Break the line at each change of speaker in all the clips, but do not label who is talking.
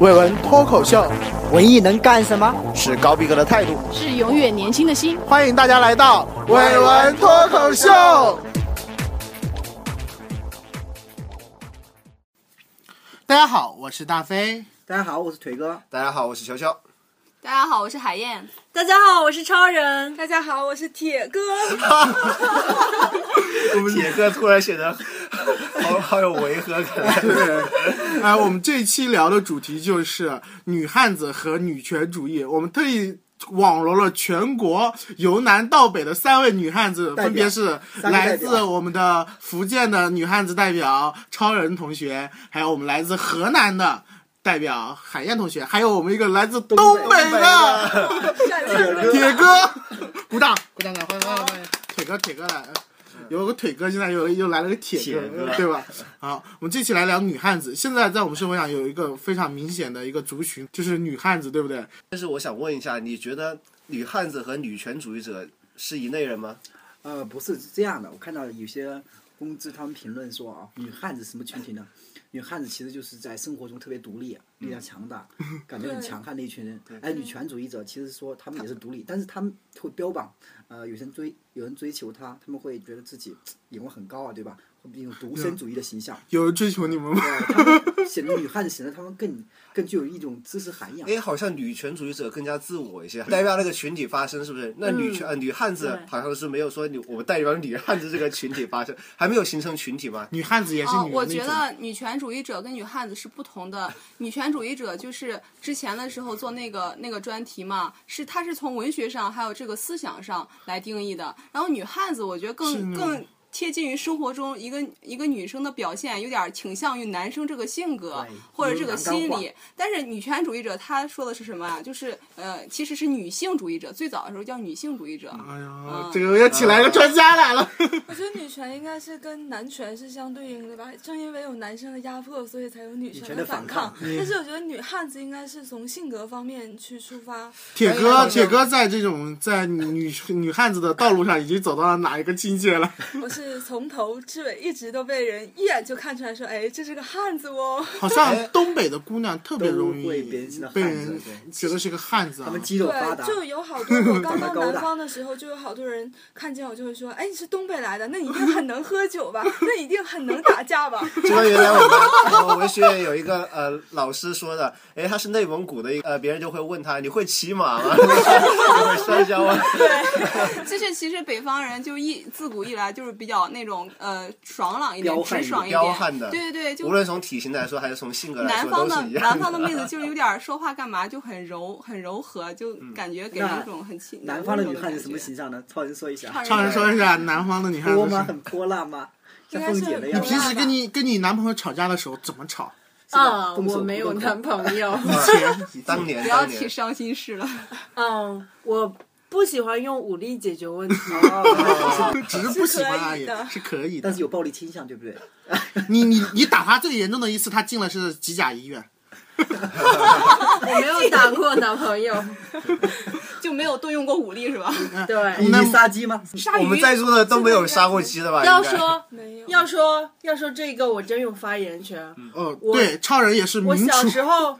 伟文脱口秀
文艺能干什么？
是高逼格的态度，
是永远年轻的心。
欢迎大家来到伟文脱口秀。大家好，我是大飞。
大家好，我是腿哥。
大家好，我是球球。
大家好，我是海燕。
大家好，我是超人。大家好，我是铁哥。
铁哥突然显得好好有违和感。 对，哎，我们这一期聊的主题就是女汉子和女权主义，我们特意。网罗了全国由南到北的三位女汉子，
代表
分别是
三个代表
来自我们的福建的女汉子代表超人同学，还有我们来自河南的代表海燕同学，还有我们一个来自东北的 铁哥，鼓掌，鼓掌，掌，欢迎欢迎欢迎，铁哥铁哥来，有个腿哥，现在又又来了个铁
铁哥
对吧？好，我们这期来聊女汉子。现在在我们社会上有一个非常明显的一个族群，就是女汉子，对不对？
但是我想问一下，你觉得女汉子和女权主义者是一类人吗？
呃，不是这样的，我看到有些公知他们评论说啊，女汉子什么群体呢？女汉子其实就是在生活中特别独立，力量强 大，感觉很强悍的一群人。哎，女权主义者其实说他们也是独立，但是他们会标榜，呃，有些人追有人追求她，他们会觉得自己眼光很高啊，对吧？会有一种独身主义的形象，
有人追求你们吗？
对他们显得女汉子显得他们更更具有一种知识涵 养。
哎，好像女权主义者更加自我一些， 代表那个群体发声，是
嗯
不是？那女权、呃女汉子
对
好像是没有说女，我们代表女汉子这个群体发 声，还没有形成群体吗？
女汉子也是
哦，
女
我
人的一
觉
种。
得女权主义者跟女汉子是不同的。 女权主义者就是之前的时候做那个那个专题嘛，是它是从文学上还有这个思想上来定义的。然后女汉子，我觉得更
是
更贴近于生活中一个一个女生的表现，有点倾向于男生这个性格
对
或者这个
有点
心
阳刚
理
化。
但是女权主义者他说的是什么啊？就是呃，其实是女性主义者，最早的时候叫女性主义者。
哎呀
嗯，
这个又请来一个专家来了。
我觉得女权应该是跟男权是相对应的吧，正因为有男生的压迫，所以才有女
女权
权
的
反
反抗
但是我觉得女汉子应该是从性格方面去出发，
铁
哎
哥，
呀
铁哥在这种 在女女女汉子的道路上已经走到了哪一个境界了？
我是从头至尾一直都被人一眼就看出来说，哎，这是个汉子哦。
好像东北的姑娘特别容易
哎都会被人的汉子
被人
对
觉得是个汉子啊
他。们肌肉发达
对，，就有好多我刚
长得
到
高大
南方的时候，就有好多人看见我就会说，哎，你是东北来的，那你一定很能喝 酒吧？那一定很能打架吧？
这个原来我们我们文学院有一个呃老师说的，哎，他是内蒙古的一个，呃，别人就会问他，你会骑 马吗？你会摔跤吗？
就是其实北方人就一自古以来就是比较那种呃爽朗一点、
彪悍
直爽一
彪
点，
悍的
对对对，就
无论从体型来说，还是从性格来
南
说，
方
都
的
是一样
南方的妹 子就是有点说话干嘛就很柔很柔和，就
嗯
感觉给人一种很亲
南方的
温柔
女
的
汉子
感
什么
觉
形象呢？超人说一下。
超人说一下南方的女汉
泼吗？
子是。
很泼辣吗？像
应该
凤
是
姐那
很
样
你
吗。
平时跟你跟你男朋友吵架的时候怎么吵？
啊，
动手
我没有
动口
男朋 友。
的。啊当年
不要
当
提
年，
伤心事 了，
嗯，我不喜欢用武力解决问题。
只是不喜欢而已
是可以，的
是可以
但
的。
是有暴力倾向，对不对？
你你你打他最严重的一次，他进了是几甲医院。
我没有打过男朋 友。
就没有动用过武力是吧？
对，
你
那
你杀鸡吗？
鲨
我们
鱼
在座的都没有杀过鸡的吧？
要
应该
说
没有，
要说要说这个，我真有发言权。
嗯
嗯
哦，
我
对，超人也是
我
民
小
主。
时候，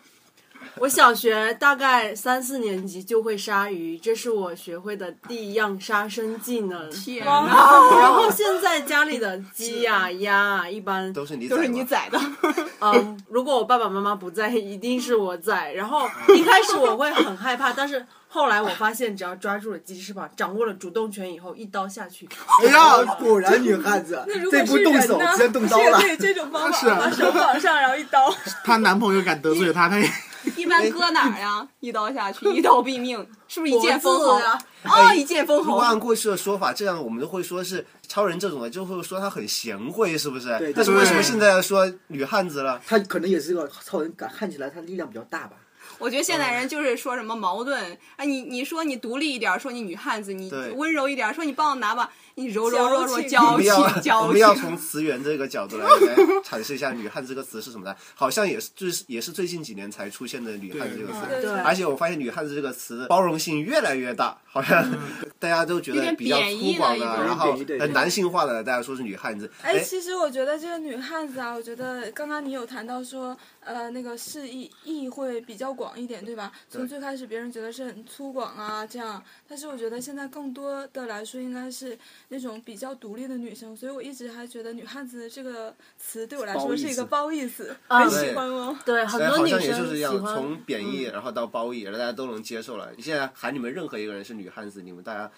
我小学大概三四年级就会杀鱼，这是我学会的第一样杀生技能。
天
哇
哪，
然后现在家里的鸡呀、鸭啊，一般
都是你宰
都
吧，
是你宰的，
嗯，如果我爸爸妈妈不在，一定是我在。然后一开始我会很害怕，但是后来我发现，只要抓住了鸡翅膀，掌握了主动权以后，一刀下去，
哎呀，
果然女汉子
那，如
这
果
不
是人
动
呢？
手，直接动刀了
是。也可以这种 方
是
法吗？手绑上，然后一刀。
她男朋友敢得罪她，她也
一般搁哪儿呀？一刀下去，一刀毙命，是不是一剑封
脖
喉
子啊？
哦，一剑封
如
喉
果。按过去的说法，这样我们都会说是超人这种的，就会说他很贤惠，是不是？
对
但是为什么
对
现在要说女汉子了？
他可能也是个超人，感看起来他力量比较大吧。
我觉得现代人就是说什么矛盾，啊，你你说你独立一点儿，说你女汉子，你
对
温柔一点儿，说你帮我拿吧，你柔柔弱弱，
我
娇
们
气
要 我
娇
们要
气。
从词源这个角度来来阐释一下“女汉子”这个词是什么呢？好像也是就是也是最近几年才出现的“女汉子”这个
嗯
词。
对
而且我发现“女汉子”这个词的包容性越来越大，好像 大家都觉
有
得
点
比较
贬义
粗犷
了已经
的，然后
嗯有点贬义对
很男性化的，大家说是女汉子。
哎，
哎，
其实我觉得这个女汉子啊，我觉得刚刚你有谈到说，呃那个释义义会比较广一点，对吧？从最开始别人觉得是很粗犷啊这样，但是我觉得现在更多的来说应该是那种比较独立的女生，所以我一直还觉得“女汉子”这个词对我来
褒
说
义
是一个
词
褒义词，
啊
很喜
对
欢哦 吗？
对，很
哎，
多
好
女
像也
生
就是这
喜
样，
欢
从贬义
嗯
然后到褒义，然后大家都能接受了。现在喊你们任何一个人是女汉子，你们大家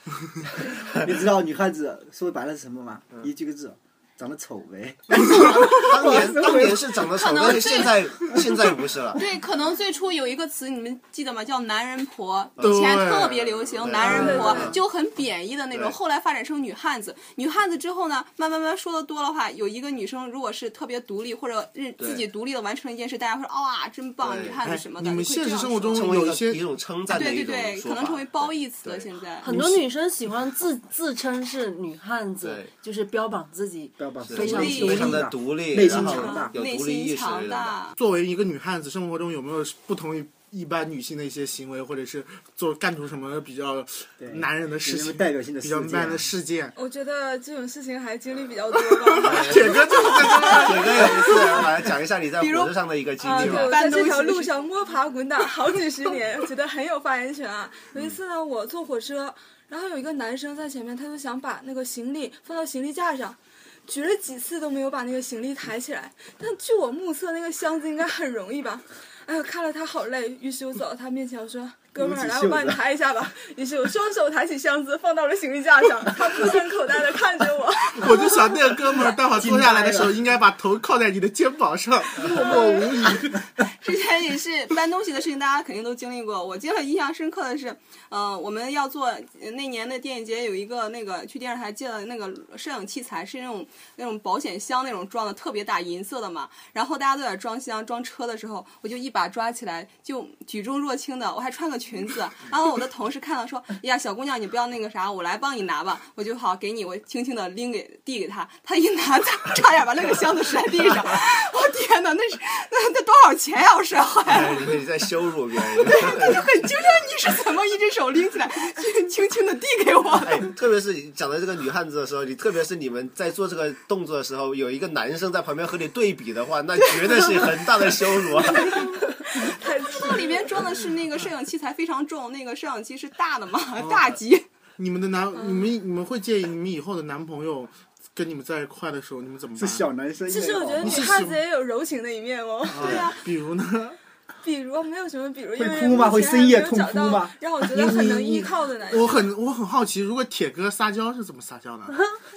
你知道女汉子说白了是什么吗？一句个字，长得丑呗。
嗯当年当年是长得丑，但是现在现在不是了。
对，可能最初有一个词，你们记得吗？叫“男人婆”，
对
以前特别流行“
对
男人婆
对对”，对
就很贬义的那种。
对
后来发展成“女汉子”，女汉子之后呢，慢慢慢说的多的话，有一个女生如果是特别独立或者认
对
自己独立的完成了一件事，大家会说哇，真棒，
对
女汉子什么的。
哎你们
会这样
现实生活中
说
成为一
有
个
一些
一种称赞的
对
一
对
种
对，
说
可
法，
能成为褒义词了。
对
现在
很多女生喜欢自自称是女汉子
对，
就是标榜自己。
不要把非
非
常
常
独立
非常的
的内
独立，
心
然后
强大
有
内
独立
心
意识的
强
人。啊
大。
作为一个女汉子，生活中有没有不同于一般女性的一些行为，或者是做干出什么比较男人的事
有什
情
么？代表性的
比
事
较
件
男人的
啊？
事件，
我觉得这种事情还经历比较多
哎
吧。
铁哥就是在这儿
铁哥有一次，来讲一下你在火车上的一个经
啊，
历
呃
对，我
吧。
在这条路上摸爬滚打好几十年，觉得很有发言权啊。有一次呢，我坐火车，然后有一个男生在前面，他就想把那个行李放到行李架上。举了几次都没有把那个行李抬起来，但据我目测，那个箱子应该很容易吧？哎呦，看了他好累，于是我走到他面前，我说：“哥
嗯
们儿，来，我帮你抬一下吧。”于是我双手抬起箱子，放到了行李架上。他目瞪口呆的看着我，
我就想那个哥们儿待会儿坐下来的时候，应该把头靠在你的肩膀上，默默无语。
之前也是搬东西的事情，大家肯定都经历过。我记得印象深刻的是，呃，我们要做呃那年的电影节有一个那个去电视台借的那个摄影器材，是那种那种保险箱那种装的特别大，银色的嘛。然后大家都在装箱装车的时候，我就一把抓起来，就举重若轻的，我还穿个裙子。然后我的同事看到说：“哎呀，小姑娘你不要那个啥，我来帮你拿吧。”我就好给你，我轻轻的拎给递给他，他一拿， 他差点把那个箱子摔地上。 我天哪，那是那那多少钱呀、我摔坏了。
哎你在羞辱别人。
他就很惊讶，你是怎么一只手拎起来，轻轻轻的递给我的？
哎，特别是你讲到这个女汉子的时候，你特别是你们在做这个动作的时候，有一个男生在旁边和你对比的话，那绝对是很大的羞辱啊！
哎
太气
那里面装的是那个摄影器材非常重，那个摄影机是大的嘛，
哦
大机。
你们的男，
嗯
你们你们会介意你们以后的男朋友跟你们在一块的时候，你们怎么
是
办？啊
小男生。
其实我觉得女
是
汉
什
子
么
也有柔情的一面哦。
对呀、比如呢？
比如啊没有什么，比如因
会
为
哭吗
目
会
前
深
还没
夜
有
痛
找
哭
到
吗
让我觉得很能依靠 的男生。
我很我很好奇，如果铁哥撒娇是怎么撒娇 的？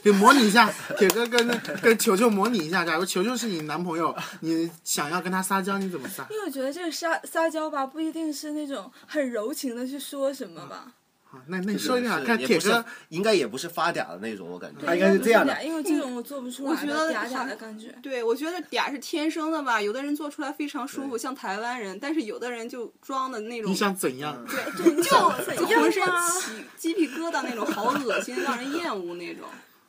给模拟一下，铁哥跟跟球球模拟一下，假如球球是你男朋友，你想要跟他撒娇，你怎么撒？
因为我觉得这个撒撒娇吧，不一定是那种很柔情的去说什么吧。
啊，那那你说一下，
是
看
也
铁
不是
哥，
应该也不是发嗲的那种，我感觉。
啊他应该是这样的
因为这种我做不出来的，
我觉得
嗲嗲
好
的感觉。
对，我觉得嗲是天生的吧，有的人做出来非常舒服，像台湾人，但是有的人就装的那种
你。想怎样？
嗯
对，你想
就
怎样
浑身
啊？
起鸡皮疙瘩那种，好恶心，让人厌恶那种。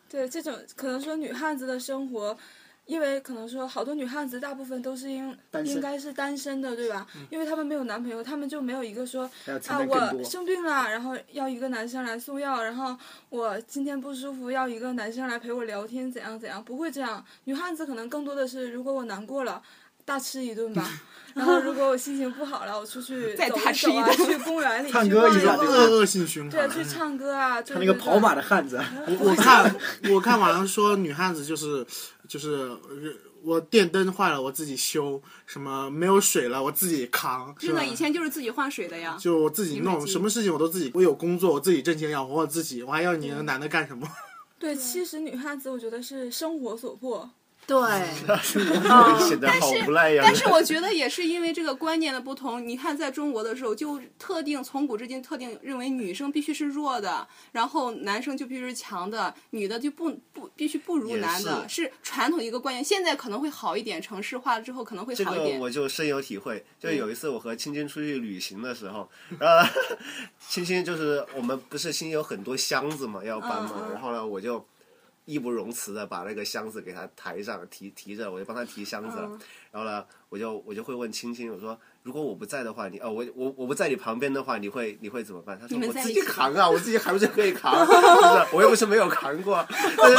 对，这种可能说女汉子的生活。因为可能说好多女汉子大部分都是应
单身嗯
应该是单身的，对吧？因为她们没有男朋友，她们就没有一个说
还要承
啊，
担更
我
多。
生病了，然后要一个男生来送药，然后我今天不舒服，要一个男生来陪我聊天，怎样怎样，不会这样。女汉子可能更多的是，如果我难过了，大吃 一顿吧。然后如果我心情不好了，我出去
再
走
大吃
走
一
啊，
顿
去 公园里
唱
去
歌
逛
一下
逛
恶
对
啊，
恶性循环
对，。去唱歌啊，对
他那个
对对
跑马的汉 子，
我我看我看网上说女汉子就是就是呃我电灯坏了我自己修，什么没有水了我自己扛，是啊
真
吧
的，以前就是自己换水的呀。
就我自己
饮水
弄，
机
什么事情我都自己，我有工作，我自己挣钱养活我自己，我还要你个男的干什么？
对，其实女汉子我觉得是生活所迫，
对，
显得好无赖呀！
但是我觉得也是因为这个观念的不同，你看在中国的时候，就特定从古至今特定认为女生必须是弱的，然后男生就必须是强的，女的就不不必须不如男的，
也
是传统一个观念。现在可能会好一点，城市化了之后可能会
这
好一
个
点。嗯
我就深有体会。就有一次我和青青出去旅行的时候，然后青青就是我们不是青青有很多箱子嘛要搬嘛，
嗯嗯
然后呢我就
嗯
义不容辞的把那个箱子给他抬上，提提着，我就帮他提箱子了。然后呢，我就我就会问青青，我说如果我不在的话，你哦，我我我不在你旁边的话，你会你会怎么办？他说
你们
我
在
自
一
己
起
扛啊，我自己还不是可以扛，是不是？我又不是没有扛过， 但是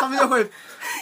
他们就会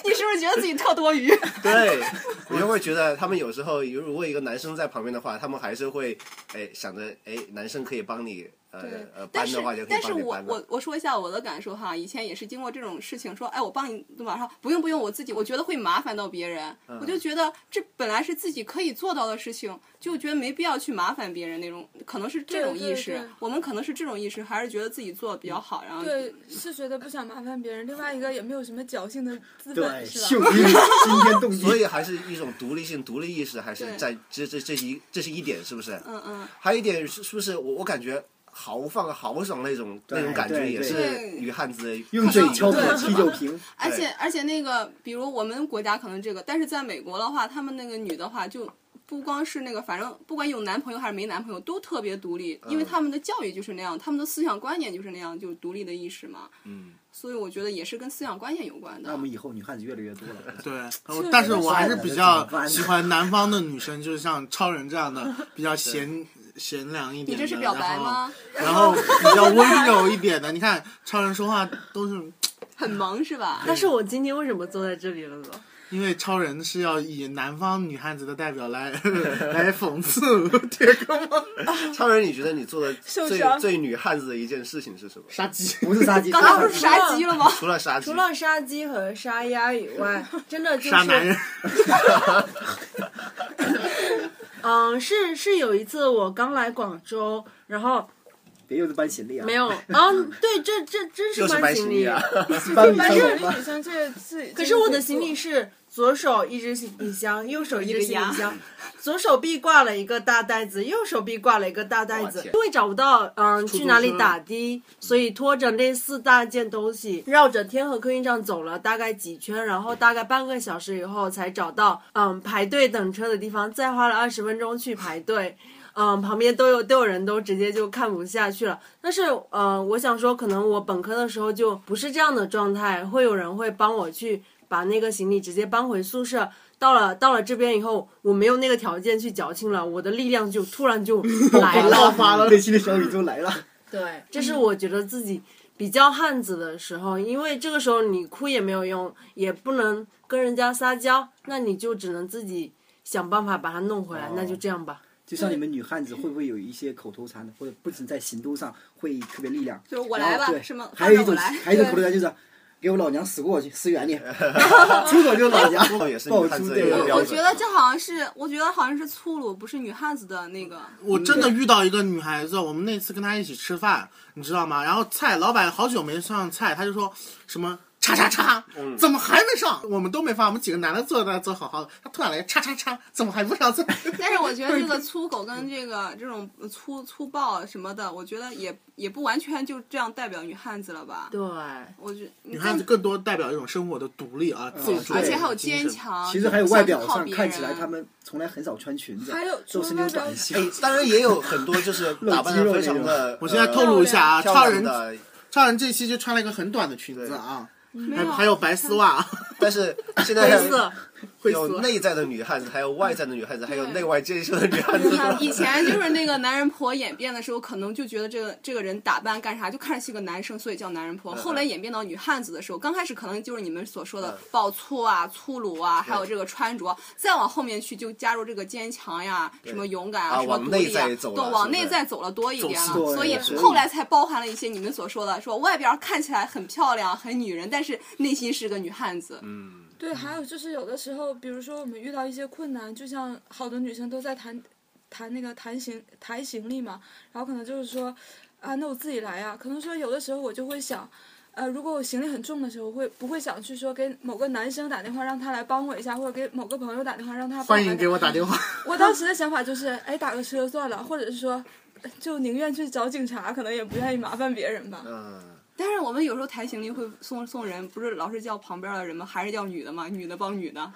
你是不是觉得自己特多余？
对，我就会觉得他们有时候，如果一个男生在旁边的话，他们还是会哎想着哎，男生可以帮你呃
对
呃搬
但是
的话就可以
但是
帮你
我
搬了。
我我说一下我的感受哈，以前也是经过这种事情，说哎我帮你马上不用不用，我自己我觉得会麻烦到别人，
嗯
我就觉得这本来是自己可以做到的事情，就觉得没必要去麻烦别人那种，可能是这种
对
意识，
对
我们可能是这种意识，还是觉得自己做的比较好，然后
对，是觉得不想麻烦别人，另外一个也没有什么侥幸的资
对，
本，是
哎秀
吧？
英惊天动
所
地，
以还是一种独立性、独立意识，还是
对
在这这这一这是一点，是不是？
嗯嗯，
还有一点是是不是我我感觉豪放、豪爽那种那种感觉，
对
也是
对
女汉子的
用嘴敲
对
破七酒瓶，
而且而且那个比如我们国家可能这个，但是在美国的话，他们那个女的话就。不光是那个，反正不管有男朋友还是没男朋友，都特别独立，
嗯
因为他们的教育就是那样，他们的思想观念就是那样，就是独立的意识嘛。
嗯，
所以我觉得也是跟思想观念有关
那
的
我。们以后女汉子越来越多了。
对，我但是我还是比
怎么办
较
呢
喜欢南方的女生，就是像超人这样的，比较贤贤良一
你
点的。
这是表白吗？
然后？然后比较温柔一点的，你看超人说话都是
很萌是吧？
但是我今天为什么坐在这里了呢？
因为超人是要以南方女汉子的代表来来讽刺铁哥吗？
超人，你觉得你做的
受
最
伤
最女汉子的一件事情是什么？
杀鸡，
不是杀鸡，
刚刚不是杀鸡了吗？
除了杀鸡
除，了杀鸡和杀鸭以外，真的就是
杀男人，
嗯，是是有一次我刚来广州，然后
别又是搬行李啊，
没 有，嗯，对，这这真
就是是
搬
搬行
李
李啊。
搬
反
米
正
线
女
吧。
生这自己，
可是我的行李是左手一只行李箱，右手一只行李
一个
箱，左手臂挂了一个大袋子，右手臂挂了一个大袋
哇
子，
天
因为找不到嗯、去哪里打的，所以拖着那四大件东西绕着天河客运站走了大概几圈，然后大概半个小时以后才找到嗯排队等车的地方，再花了二十分钟去排队。嗯，旁边都有都有人都直接就看不下去了。但是，呃，我想说，可能我本科的时候就不是这样的状态，会有人会帮我去把那个行李直接搬回宿舍。到了到了这边以后，我没有那个条件去矫情了，我的力量就突然就来
爆
了。
发了。
内心的小宇宙来了，
对，这是我觉得自己比较汉子的时候，因为这个时候你哭也没有用，也不能跟人家撒娇，那你就只能自己想办法把它弄回来。那就这样吧。
就像你们女汉子会不会有一些口头禅，或者不仅在行动上会特别力量？
就是我来吧
然后哦对
是吗
还有一种
我来
还有一种口头禅就是。给我老娘死过去，死远 点！出手就是老 娘，
也是
爆
女汉
出
子
这
的一个
个
标
我
准
觉得这好像是，我觉得好像是粗鲁，不是女汉子的那个。
我真的遇到一个女孩子，我们那次跟她一起吃饭，你知道吗？然后菜老板好久没上菜，他就说什么叉叉叉，怎么还没上？我们都没发，我们几个男的坐在那坐好好的，他突然来叉叉叉，怎么还不上菜？
但是我觉得这个粗狗跟这个这种粗粗暴什么的，我觉得也也不完全就这样代表女汉子了吧？
对，
我觉
女
女
汉子更多代表一种生活的独立啊，自主，
对
而且还有坚。强，
其实还有外表
不想去
上
靠别
看起来
人
他们从来很少穿裙子，
还有
都是那种短袖
哎。，当然也有很多就是打扮的非常的，
我现在透露一下啊，
呃漂
超
亮
人
的，
超人这期就穿了一个很短的裙子啊，还还有白丝袜，
但是现在
灰
还
色
有。
灰
有
色。
内在的女汉子，还有外在的女汉子，还有
对
内外兼修的女汉子。
以前就是那个男人婆演变的时候，可能就觉得这个这个人打扮干啥，就看着是个男生，所以叫男人婆。后来演变到女汉子的时候，刚开始可能就是你们所说
嗯
的暴粗啊、粗鲁啊，还有这个穿着，再往后面去就加入这个坚强呀、什么勇敢
啊
什么
往
独
内
立呀，
在走
都
了
往
是不是
内在走了多一点了，
走私
所以
对
后来才包含了一些你们所说的，说外表看起来很漂亮、很女人，但是内心是个女汉子。
嗯，
对，还有就是有的时候，比如说我们遇到一些困难，就像好多女生都在谈谈那个谈行抬行李嘛，然后可能就是说，啊，那我自己来呀、可能说有的时候我就会想，呃，如果我行李很重的时候，我会不会想去说给某个男生打电话让他来帮我一下，或者给某个朋友打电话让他帮
欢迎给我
我来
打电话，
打。我当时的想法就是，哎，打个车算了，或者是说，就宁愿去找警察，可能也不愿意麻烦别人吧。
呃
嗯，
但是我们有时候抬行李会送送人，不是老是叫旁边的人吗？还是叫女的吗？女的帮女的，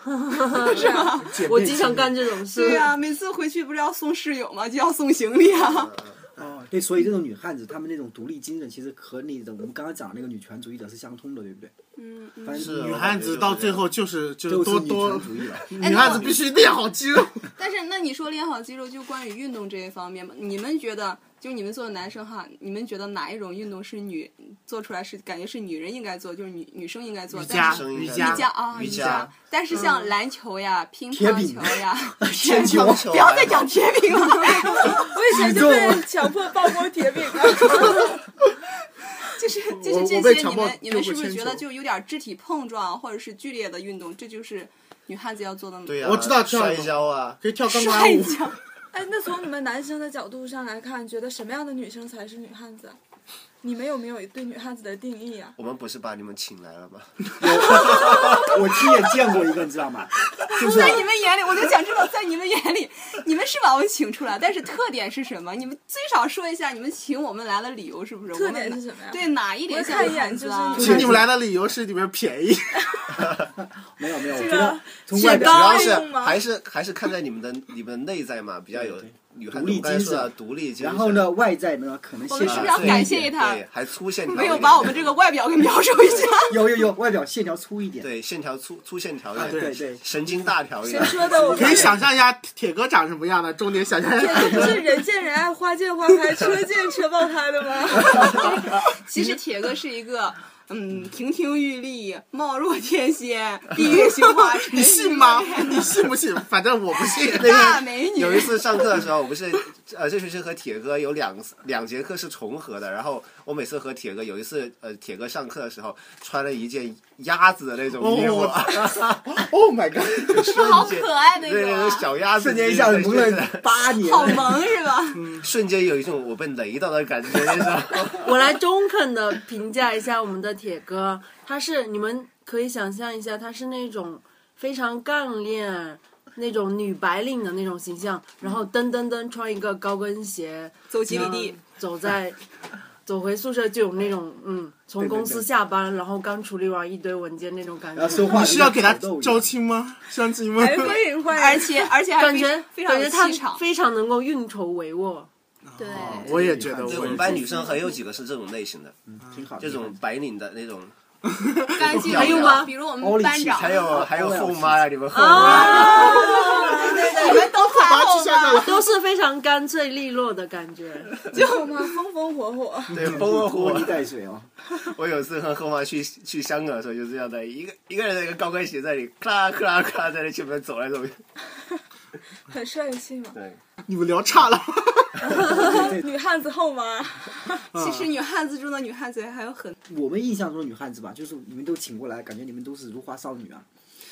是吗？
我经常干这种 事。
啊
嗯
对呀、每次回去不是要送室友吗？就要送行李啊。
哦，对，所以这种女汉子，她们那种独立精神，其实和你的我们刚刚讲的那个女权主义者是相通的，对不对？
嗯，嗯
反正
是
女汉子到最后就是 就是多
都是女权
多，
主义 了。
女汉子必须练好肌肉。
但是那你说练好肌肉，就关于运动这一方面吧，你们觉得？就你们作为男生哈，你们觉得哪一种运动是女做出来是感觉是女人应该做，就是女女生应该做？
瑜
但
嗯
伽
是
瑜
瑜伽
伽嗯
啊，
瑜
瑜
伽
伽。但是像篮球呀、乒
铁
乓
饼
球 呀，
铅球，
不要再讲铁饼了，
我以前就被强迫抱过铁饼啊了。
就是就
我
是这
我被
些，
强
你
迫
们你们
丢
是
过
不是
铅
觉得
球
就有点肢体碰撞或者是剧烈的运动，这就是女汉子要做的吗？啊
对呀、
我知道跳
摔跤啊，
可以跳钢管
摔
舞，
跤。
哎，那从你们男生的角度上来看，觉得什么样的女生才是女汉子啊？你们有没有对女汉子的定义啊？
我们不是把你们请来了吗？
我亲眼见过一个，你知道吗？就是
在你们眼里，我就想知道，在你们眼里，你们是把我请出来，但是特点是什么？你们最少说一下，你们请我们来的理由是不是？
特点
我们
是什么呀
对哪一点
我
像
看一
女
眼
汉子
就是
啊？
女
请你们来的理由是里面便宜，
没有没有，我
这
觉
个
得从外表
雪
主
糕
要是
用吗
还是还是看在你们的你们的内在嘛，比较有
对
女汉
独
子
立
我刚才说
精
的
神
独立精神。啊
然后呢，外在呢可能
我
现
们是
场
不是要
对
感谢他
对，还粗线条一
没
点，
有把我们这个外表给描述一下。
有有有外表线条粗一点，
对线条粗粗线条一
啊
点，
对对
神经大条一
谁
点。
说的？我
可以
们
想象一下铁哥长什么样的，重点想象一下。
这不是人见人爱，花见花开，车见车爆胎的吗？
其实铁哥是一个。嗯，亭亭玉立，貌若天仙，闭月羞花，
你
你
信吗？你信不信？反正我不 信。
大美女，
有一次上课的时候，我不是呃，这学期和铁哥有两两节课是重合的，然后我每次和铁哥有一次呃，铁哥上课的时候穿了一件鸭子的那种衣
哦
服，啊
Oh my god！
好可爱的一
对
种
那种
啊，
小鸭子，
瞬间一下子萌了八年。
好萌是吧？
瞬间有一种我被雷到的感觉，那种
我来中肯的评价一下我们的铁哥，他是你们可以想象一下，他是那种非常干练。那种女白领的那种形象，然后噔噔噔穿一个高跟鞋，
走几里地，
走在走回宿舍就有那种嗯，从公司下班然后刚处理完一堆文件那种感
然后
觉
说，话
是要给他招
招
亲吗？相亲吗？
还欢迎欢迎，
而且而且还
感
非
觉
非常
感
有
觉他
气场，
非常能够运筹 帷幄。
对，
我也觉得，
对
我
我
也
们
觉
班
得
女生很有几个是这种类型的，
挺好的。
这种白领的那种，
干净
还有
吗
比如我们班长，
还有还有
我也
后
是
妈呀，你们后妈，
你们都
干
还
嘛
好
去 下
吗？
面了？
都是非常干脆利落的感觉。
就嘛风风火火。
对，包括
拖泥
我，
带水哦，
我有次和后妈去去香港的时候就是这样的，一个一个人在一个高跟鞋在里咔啦咔啦咔啦在那前面走来走去，
很帅气嘛，
对，
你们聊差了。
女汉子后妈，
嗯
其实女汉子中的女汉子还有很
我们印象中的女汉子吧，就是你们都请过来，感觉你们都是如花少女啊。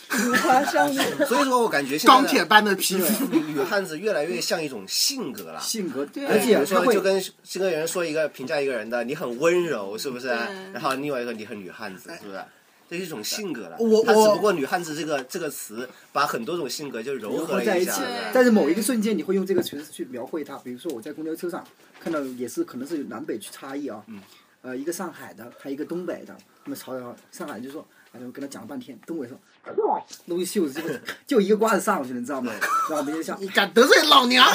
如花少女。
所以说我感觉现在
钢
的
铁般的皮肤，
女女汉子越来越像一种性格了。
性格，
对
而
比
且她
如说，
会
就跟就跟有人说一个评价一个人的，你很温柔，是不是？
对
然后另外一个你很女汉子，是不是？这是一种性格了。
我
他
我
只不过“女汉子”这个这个词，把很多种性格就糅合
合
了
在一
下
起
对，
但是某
对
一个瞬间你会用这个词去描绘它。比如说我在公交车上看到也是可能是有南北区差异啊，呃，一个上海的，还有一个东北的。那么朝阳上海人就说，反正我跟他讲了半天，东北说，撸袖子就就 一个瓜子上去了，你知道吗？然后没人想，
你敢得罪老娘？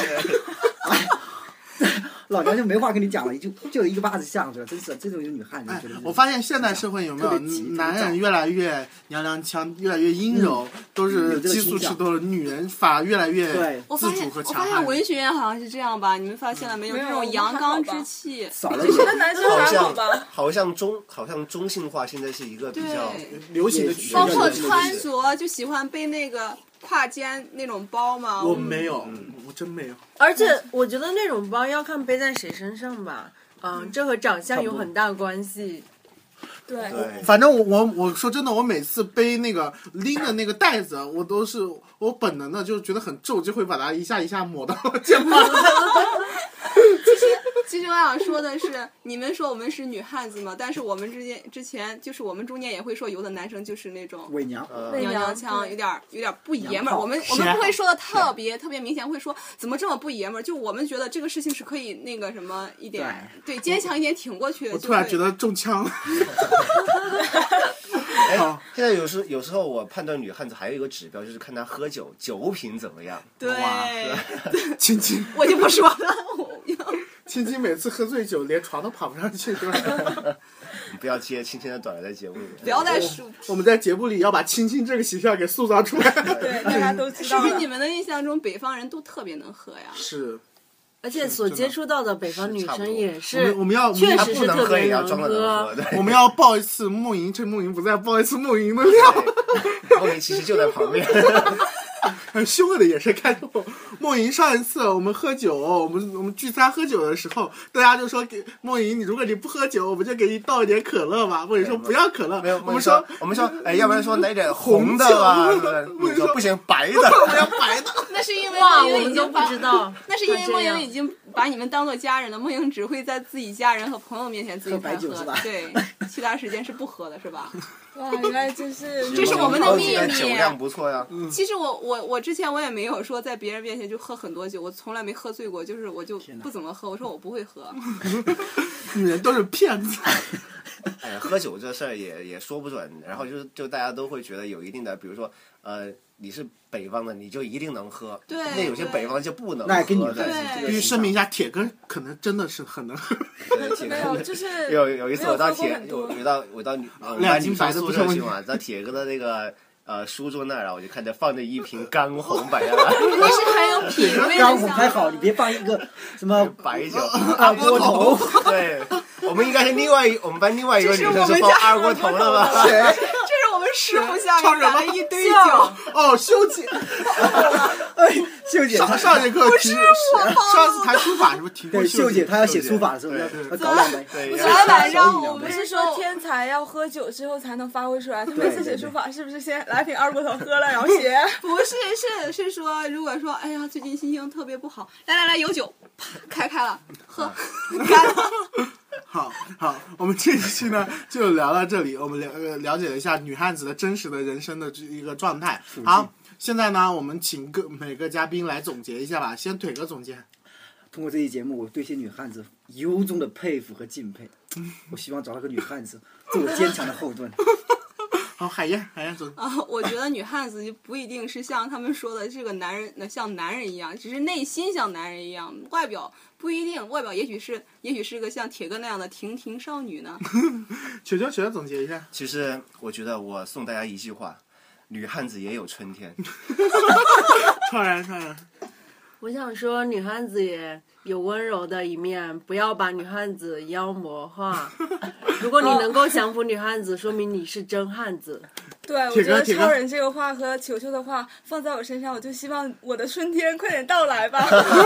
老娘就没话跟你讲了，就就一个巴子上去了，真是这种就是女汉子，觉得就是
哎我发现现代社会有没有
特别嗯急
男人越来越娘娘腔，越来越阴柔，都是激素吃多了，女人反而越来越
对
我
自
发
主
现，
和
我
强
发现
悍。
文学院好像是这样吧？你们发现嗯了没有？
没有
这种阳刚之气，
少了
你
一
觉得
个
男生
好
还 好
像
吧？
好像中好像中性化现在是一个比较
对，
流行的
也
趋
包
势
括
对
穿着就喜欢背那个挎肩那种包嘛。
我
嗯
没有，我真没有。
而且我觉得那种包要看背在谁身上吧，嗯，这和长相有很大关系。
对，
对。
反正我我我说真的，我每次背那个拎的那个袋子，我都是我本能的就觉得很皱，就会把它一下一下抹到肩膀。
其实我想说的是，你们说我们是女汉子嘛，但是我们之间之前就是我们中间也会说，有的男生就是那种
伪娘，
伪
娘娘腔，
对
有点儿有点儿不爷
娘
们儿。
炮
我们我们不会说
啊
的特别特别明显，会说怎么这么不爷们儿？就我们觉得这个事情是可以那个什么一点，对坚强一点挺过去的。
我
就
突然
会
觉得中枪了。
哎，现在有时有时候我判断女汉子还有一个指标，就是看她喝酒酒品怎么样。
对，
亲亲，
我就不说了。我
青青每次喝醉酒连床都爬不上去，对吧？
你不要接青青的短在节目里面。
不要再数，
我们在节目里要把青青这个形象给塑造出来。
对，大家都知
是
道
不
了。
是你们的印象中北方人都特别能喝呀？
是，
而且所接触到的北方女
差不
生
多
也
我
是
们我，们要
确
他
实
不
是
能
特
喝
别
也要
能
装了
喝
能喝，对
我们要报一次梦莹，趁梦莹不在，报一次梦莹的料。
对莫名其实就在旁边。
很凶恶的眼神看着我。梦莹上一次我们喝酒，我们我们聚餐喝酒的时候，大家就说给梦莹，你如果你不喝酒，我们就给你倒一点可乐吧。梦莹说不要可乐
没有，，
我
我
们
们
说
说我们说，哎，要不然说来点红的
红酒
吧，是不是？
我
你说
说
不行，白的。
我要白的。
那是因为
哇，
梦
我
莹
们
已
都
经
不
把
知道。
那是因为
还这
梦
样
莹已经把你们当做家人了，梦莹只会在自己家人和朋友面前自己
喝白
才
酒
喝
是吧，
对，其他时间是不喝的，是吧？
哇，原来真是
这是我们的
好
秘
几个
密
酒量不错呀，
其实我我我之前我也没有说在别人面前就喝很多酒，我从来没喝醉过，就是我就不怎么喝，我说我不会喝，
女人都是骗 子，
哎，喝酒这事儿也也说不准，然后就是就大家都会觉得有一定的，比如说呃，你是北方的，你就一定能喝，
对
那有些
对
北方就不能喝。
那跟你们
对
对
必须声明一下，铁哥可能真的是很能 喝，
对挺
没有，就是
有有一次我到
没有
铁
喝过很，
我
多
我到我到女呃我们
两
班
斤
女
白
生
的
宿
不是
舍
问
去
题
嘛，到铁哥的那个呃书桌那儿，然后我就看见放着一 瓶干红白啊
你是很有品味
刚
的
红
小
还好，
孩
你。别放一个什么
白酒，
啊二锅头，
对，我们应该是另外一我们班另外一个女
这是
生
我们
是
家
放二锅头了吧？
这是我们师傅下面打了一堆 酒，
哦，修 姐，
哎，秀姐她
上上节课提，上次谈书法是不是提过
对秀姐
姐？
她要写书法的时候
对
要要搞两杯，
对
要
昨天
小饮
晚上
两
我
杯
们
不是
是
说
说
天才要喝酒之后才能发挥出来？他
对
每次
对
写
对
书法是不是先来瓶二锅头喝了，然后 写？
不是是是说，如果说哎呀最近心情特别不好，来来来有酒，啪开开了喝，干了。
好好，我们这一期呢就聊到这里，我们了呃了解了一下女汉子的真实的人生的这一个状态。好，现在呢，我们请各每个嘉宾来总结一下吧，先腿哥总结。
通过这期节目，我对一些女汉子由衷的佩服和敬佩。我希望找到个女汉子，做我坚强的后盾。
好，海燕，海燕总，
啊，我觉得女汉子就不一定是像他们说的这个男人，呃像男人一样，只是内心像男人一样，外表不一定，外表也许是，也许是个像铁哥那样的亭亭少女呢。
球球，球球总结一下。
其实我觉得我送大家一句话：女汉子也有 春天。
创然，创然，
我想说，女汉子也有温柔的一面，不要把女汉子妖魔化。如果你能够降服女汉子，说明你是真汉子。
对，我
铁
觉
哥
得
铁哥
超人这个话和球球的话放在我身上，我就希望我的春天快点到来吧。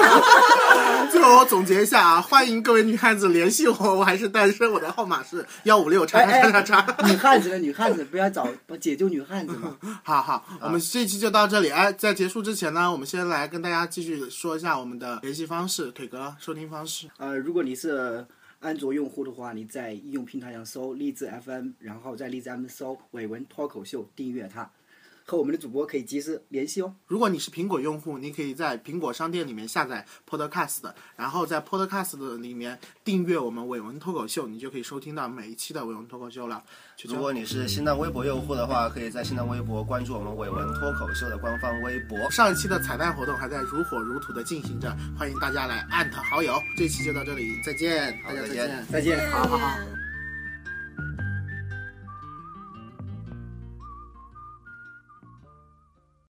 最后我总结一下啊，欢迎各位女汉子联系我，我还是单身，我的号码是幺五六叉叉叉叉叉。
女汉子的女汉子，不要找解救女汉子嘛。
好好，我们这期就到这里。哎，在结束之前呢，我们先来跟大家继续说一下我们的联系方式，腿哥收听方式。
呃，如果你是安卓用户的话，你在应用平台上搜荔枝 FM，然后在荔枝 FM 搜伟文脱口秀，订阅它，和我们的主播可以及时联系哦。
如果你是苹果用户，你可以在苹果商店里面下载 Podcast，然后在 Podcast 的里面订阅我们伟文脱口秀，你就可以收听到每一期的伟文脱口秀了。球
如
球
果你是新浪微博用户的话，可以在新浪微博关注我们伟文脱口秀的官方微博。
上一期的彩蛋活动还在如火如荼的进行着，欢迎大家来艾特好友。这期就到这里，再见，大家
好再
再
见
见
再见。
好好好。
嗯